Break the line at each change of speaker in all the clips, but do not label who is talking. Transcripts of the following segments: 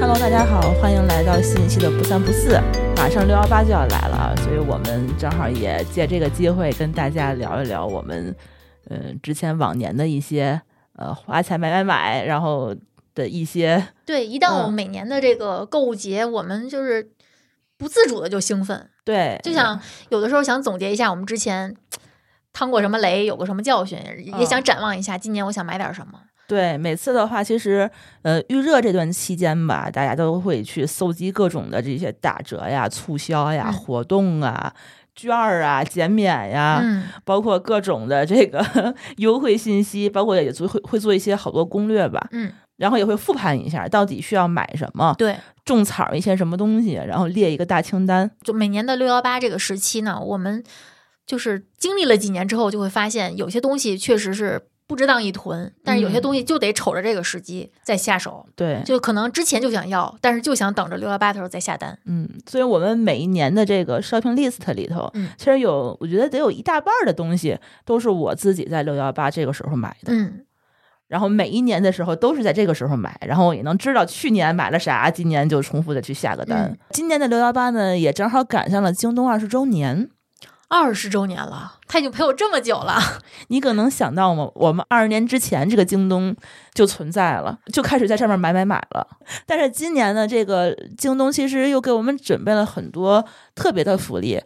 Hello，大家好，欢迎来到新一期的不三不四。马上六幺八就要来了啊，所以我们正好也借这个机会跟大家聊一聊我们，嗯、之前往年的一些呃花钱买买买，然后的一些
对，一到
嗯
每年的这个购物节，我们就是不自主的就兴奋，
对，
就想有的时候想总结一下我们之前趟过什么雷，有过什么教训，也
嗯
想展望一下今年我想买点什么。
对，每次的话，其实呃，预热这段期间吧，大家都会去搜集各种的这些打折呀、促销呀、
嗯
活动啊、券儿啊、减免呀，
嗯，
包括各种的这个 优惠信息，包括也做会会做一些好多攻略吧，
嗯，
然后也会复盘一下到底需要买什么，
对，
种草一些什么东西，然后列一个大清单。
就每年的六幺八这个时期呢，我们就是经历了几年之后，就会发现有些东西确实是。不值当一囤，但是有些
嗯
东西就得瞅着这个时机再下手，
对，
就可能之前就想要，但是就想等着六幺八的时候再下单。
嗯，所以我们每一年的这个 shopping list 里头，
嗯
其实有我觉得得有一大半儿的东西都是我自己在六幺八这个时候买的。
嗯，
然后每一年的时候都是在这个时候买，然后也能知道去年买了啥，今年就重复的去下个单。
嗯
今年的六幺八呢，也正好赶上了京东二十周年。
二十周年了，他已经陪我这么久了。
你可能想到吗？我们二十年之前这个京东就存在了，就开始在上面买买买了。但是今年呢，这个京东其实又给我们准备了很多特别的福利。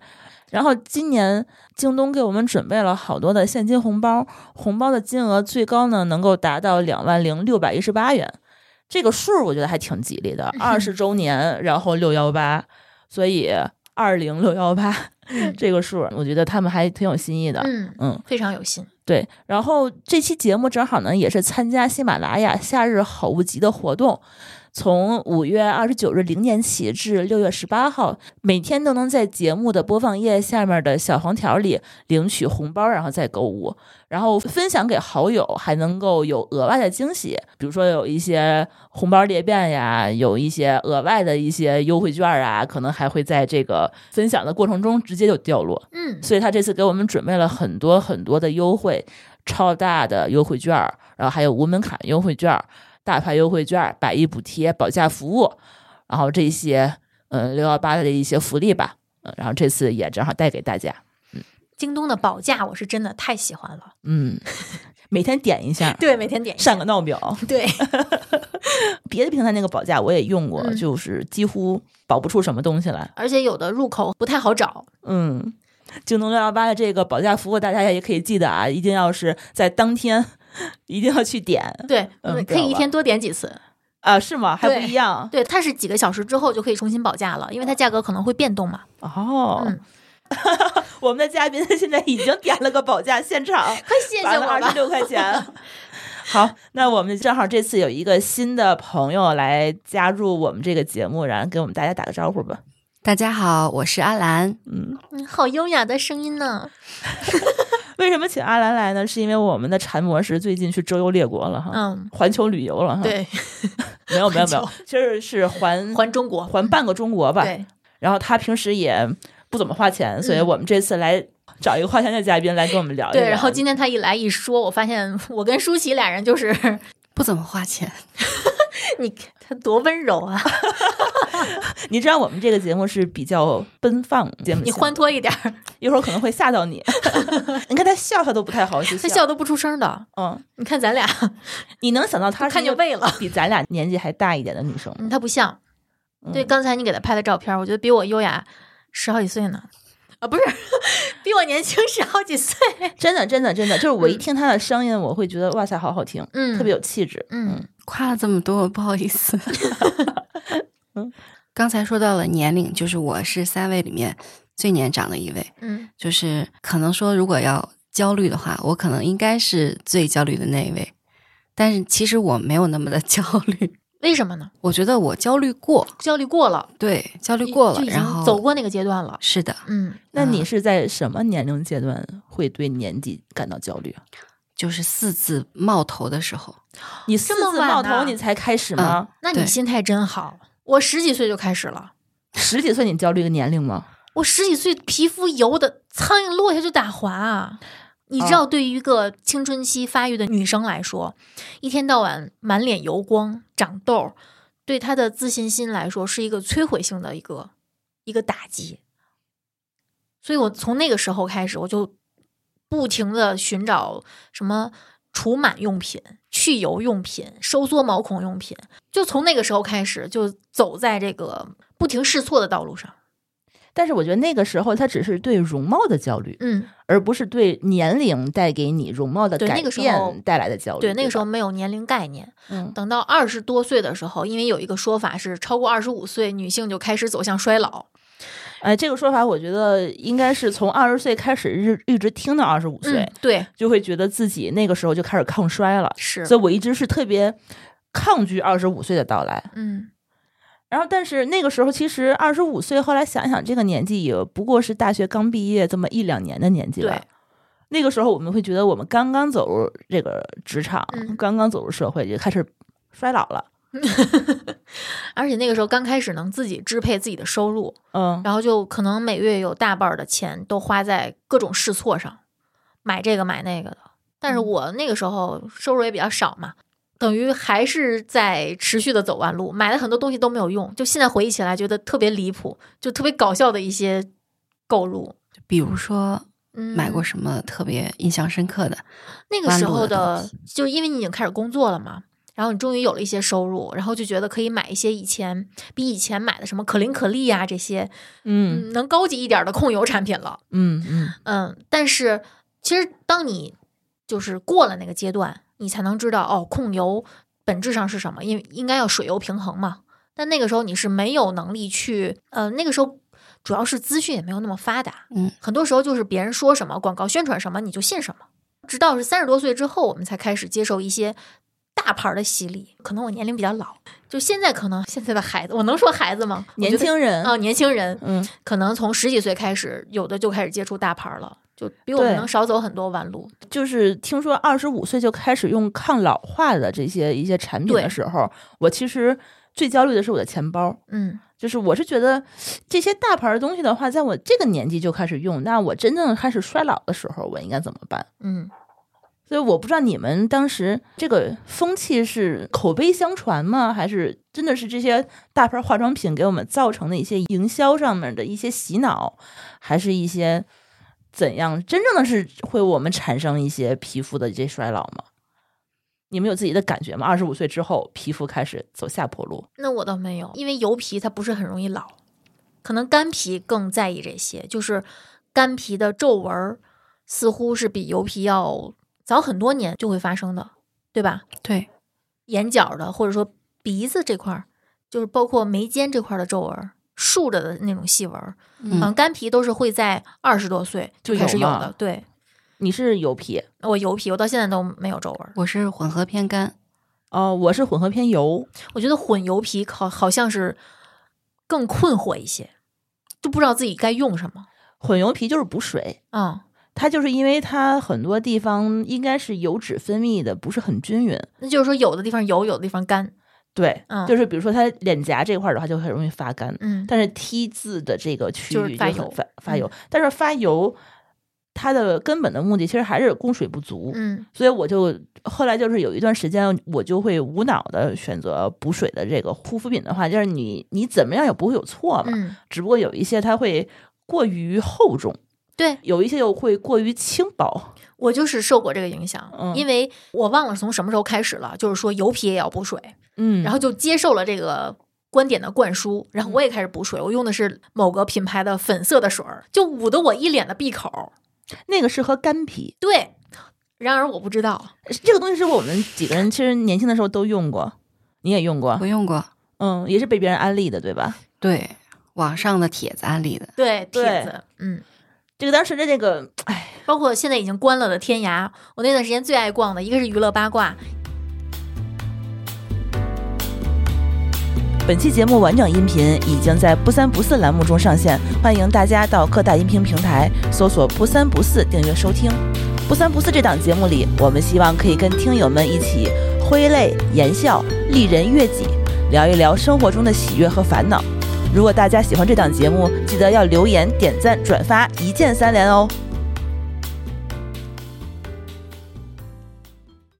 然后今年京东给我们准备了好多的现金红包，红包的金额最高呢能够达到两万零六百一十八元，这个数儿我觉得还挺吉利的。二十周年，然后六幺八，所以二零六幺八这个数儿，我觉得他们还挺有新意的。
嗯，
嗯，
非常有心。
对，然后这期节目正好呢，也是参加喜马拉雅夏日好物集的活动，从五月二十九日零点起至六月十八号，每天都能在节目的播放页下面的小黄条里领取红包，然后再购物，然后分享给好友，还能够有额外的惊喜，比如说有一些红包裂变呀，有一些额外的一些优惠券啊，可能还会在这个分享的过程中直接就掉落。
嗯，
所以他这次给我们准备了很多很多的优惠，超大的优惠券儿，然后还有无门槛优惠券儿、大牌优惠券儿、百亿补贴、保价服务，然后这些嗯六幺八的一些福利吧，嗯，然后这次也正好带给大家，
京东的保价我是真的太喜欢了。，
嗯， 每天点一下
对，每天点一下
上个闹 表，
对，
别的平台那个保价我也用过，
嗯
就是几乎保不出什么东西来，
而且有的入口不太好找。
嗯。京东六幺八的这个保价服务，大家也可以记得啊，一定要是在当天， 一定要去点，
对，
嗯
可以
不
一
好
天多点几次。
啊，是吗？还不
对
一样啊
对，它是几个小时之后就可以重新保价了，因为它价格可能会变动嘛。
哦。
嗯
我们的嘉宾现在已经点了个保价，现 场
快谢谢
罚了
我
二十
吧。
六块 钱。好，那我们正好这次有一个新的朋友来加入我们这个节目，然后给我们大家打个招呼吧。
大家好，我是阿兰。
嗯，
嗯，好优雅的声音呢。
为什么请阿兰来呢？是因为我们的禅模式最近去周游列国了哈，
嗯，
环球旅游了哈。，
对，
没有没有没有
环，
其实是环
还中国。
环半个中国吧。
对，嗯
然后他平时也不怎么花钱，所以我们这次来找一个花钱的嘉宾来跟我们聊一啊聊。
对，然后今天他一来一说，我发现我跟舒淇俩人就是
不怎么花钱，
你他多温柔啊，
你知道我们这个节目是比较奔放节目，
你欢脱一点儿，
一会儿可能会吓到 你。你看他笑，他都不太好意思
他笑都不出声的。
嗯，
你看咱俩
你能想到她
看就
为
喂了。
比咱俩年纪还大一点的女生吗？
嗯，她不像。对，
嗯
刚才你给她拍的照片，我觉得比我优雅十好几岁呢。啊，不是， 比我年轻十好几岁。
真的，真的，真的，就是我一
嗯
听她的声音，我会觉得哇塞，好好听，
嗯，
特别有气质。
嗯
夸了这么多，不好 意思
嗯。
刚才说到了年龄，就是我是三位里面最年长的一位，
嗯
就是可能说如果要焦虑的话，我可能应该是最焦虑的那一位，但是其实我没有那么的焦虑，
为什么呢？
我觉得我焦虑过，
焦虑过了，
对，焦虑过了，
就已
然后
经走过那个阶段了。
是的，
嗯
那你是在什么年龄阶段会对年纪感到焦虑啊？
就是四字冒头的时候，
你四
这么
字
晚嗯
冒
呢
头你才开始吗？
那你
对
心态真好。我十几岁就开始了，
十几岁你焦虑个年龄吗？
我十几岁皮肤油的苍蝇落下就打滑啊！你知道，对于一个青春期发育的女生来说，一天到晚满脸油光、长痘，对他的自信心来说是一个摧毁性的一个一个打击。所以我从那个时候开始，我就不停的寻找什么除螨用品、去油用品、收缩毛孔用品，就从那个时候开始，就走在这个不停试错的道路上。
但是我觉得那个时候他只是对容貌的焦虑，
嗯，
而不是对年龄带给你容貌的
对
呃改
那个时候
变带来的焦虑。
对，那个时候
吧，
没有年龄概念。
嗯，
等到二十多岁的时候，因为有一个说法是，超过二十五岁，女性就开始走向衰老。
哎，这个说法我觉得应该是从二十岁开始一一直听到二十五岁，
嗯、对，
就会觉得自己那个时候就开始抗衰了。
是，
所以我一直是特别抗拒二十五岁的到来。
嗯，
然后，但是那个时候其实二十五岁，后来想想这个年纪也不过是大学刚毕业这么一两年的年纪吧
对。，
那个时候我们会觉得我们刚刚走入这个职场，
嗯
刚刚走入社会，也开始衰老了。
而且那个时候刚开始能自己支配自己的收入，
嗯，
然后就可能每月有大半儿的钱都花在各种试错上，买这个买那个的。但是
嗯
我那个时候收入也比较少嘛，等于还是在持续的走弯路，买了很多东西都没有用。就现在回忆起来，觉得特别离谱，就特别搞笑的一些购入。
比如说
嗯，
买过什么特别印象深刻的？
那个
弯
时
路
候
的东
的，就因为你已经开始工作了嘛，然后你终于有了一些收入，然后就觉得可以买一些以前比以前买的什么可伶可俐呀、这些，
嗯
嗯，能高级一点的控油产品了。
嗯嗯，
嗯，但是其实当你就是过了那个阶段，你才能知道哦，控油本质上是什么，因为应该要水油平衡嘛。但那个时候你是没有能力去，呃，那个时候主要是资讯也没有那么发达，
嗯，
很多时候就是别人说什么，广告宣传什么你就信什么。直到是三十多岁之后，我们才开始接受一些大牌儿的洗礼。可能我年龄比较老，就现在可能现在的孩子，我能说孩子吗？我觉
年
得
轻人，
啊、年轻人，
嗯，
可能从十几岁开始，有的就开始接触大牌儿了，就比我们
对
能少走很多弯路。
就是听说二十五岁就开始用抗老化的这些一些产品
对
的时候，我其实最焦虑的是我的钱包。
嗯，
就是我是觉得这些大牌儿的东西的话，在我这个年纪就开始用，那我真正开始衰老的时候，我应该怎么办？
嗯，
所以我不知道你们当时这个风气是口碑相传吗？还是真的是这些大牌化妆品给我们造成的一些营销上面的一些洗脑，还是一些怎样真正的是会我们产生一些皮肤的一些衰老吗？你们有自己的感觉吗？二十五岁之后，皮肤开始走下坡路。
那我倒没有，因为油皮它不是很容易老，可能干皮更在意这些，就是干皮的皱纹儿似乎是比油皮要早很多年就会发生的，对吧？
对，
眼角的或者说鼻子这块儿，就是包括眉间这块儿的皱纹儿。竖着的那种细纹儿，好像
嗯，
干皮都是会在二十多岁就
就
开
有
始有
嘛
的。对
你是油皮
我油皮，我到现在都没有皱纹儿。
我是混合偏干，
哦，我是混合偏油，
我觉得混油皮好好像是更困惑一些，就不知道自己该用什么。
混油皮就是补水，
嗯，
它就是因为它很多地方应该是油脂分泌的不是很均匀，
那就是说有的地方油，有的地方干。
对，
嗯
就是比如说它脸颊这块儿的话，就很容易发干，
嗯，
但是 T 字的这个区
就是
域就
发
很
油嗯
发发油，但是发油它的根本的目的其实还是供水不足，
嗯
所以我就后来就是有一段时间，我就会无脑的选择补水的这个护肤品的话，就是你你怎么样也不会有错嘛，
嗯，
只不过有一些它会过于厚重，
对
有一些又会过于轻薄，
我就是受过这个影响，
嗯
因为我忘了从什么时候开始了，就是说油皮也要补水，
嗯
然后就接受了这个。观点的灌输，然后我也开始补水，我用的是某个品牌的粉色的水儿，就捂得我一脸的闭口。
那个适合干皮，
对，然而我不知道，
这个东西是我们几个人其实年轻的时候都用过，你也用过
我，用过，
嗯，也是被别人安利的，啊对吧？
对，网上的帖子安利的，
对帖
对
子，嗯，
这个当时的这个，哎，
包括现在已经关了的天涯，我那段时间最爱逛的一个是娱乐八卦，
本期节目完整音频已经在“不三不四”栏目中上线，欢迎大家到各大音频平台搜索“不三不四”订阅收听。“不三不四”这档节目里，我们希望可以跟听友们一起挥泪言笑、丽人悦己，聊一聊生活中的喜悦和烦恼。如果大家喜欢这档节目，记得要留言、点赞、转发，一键三连哦！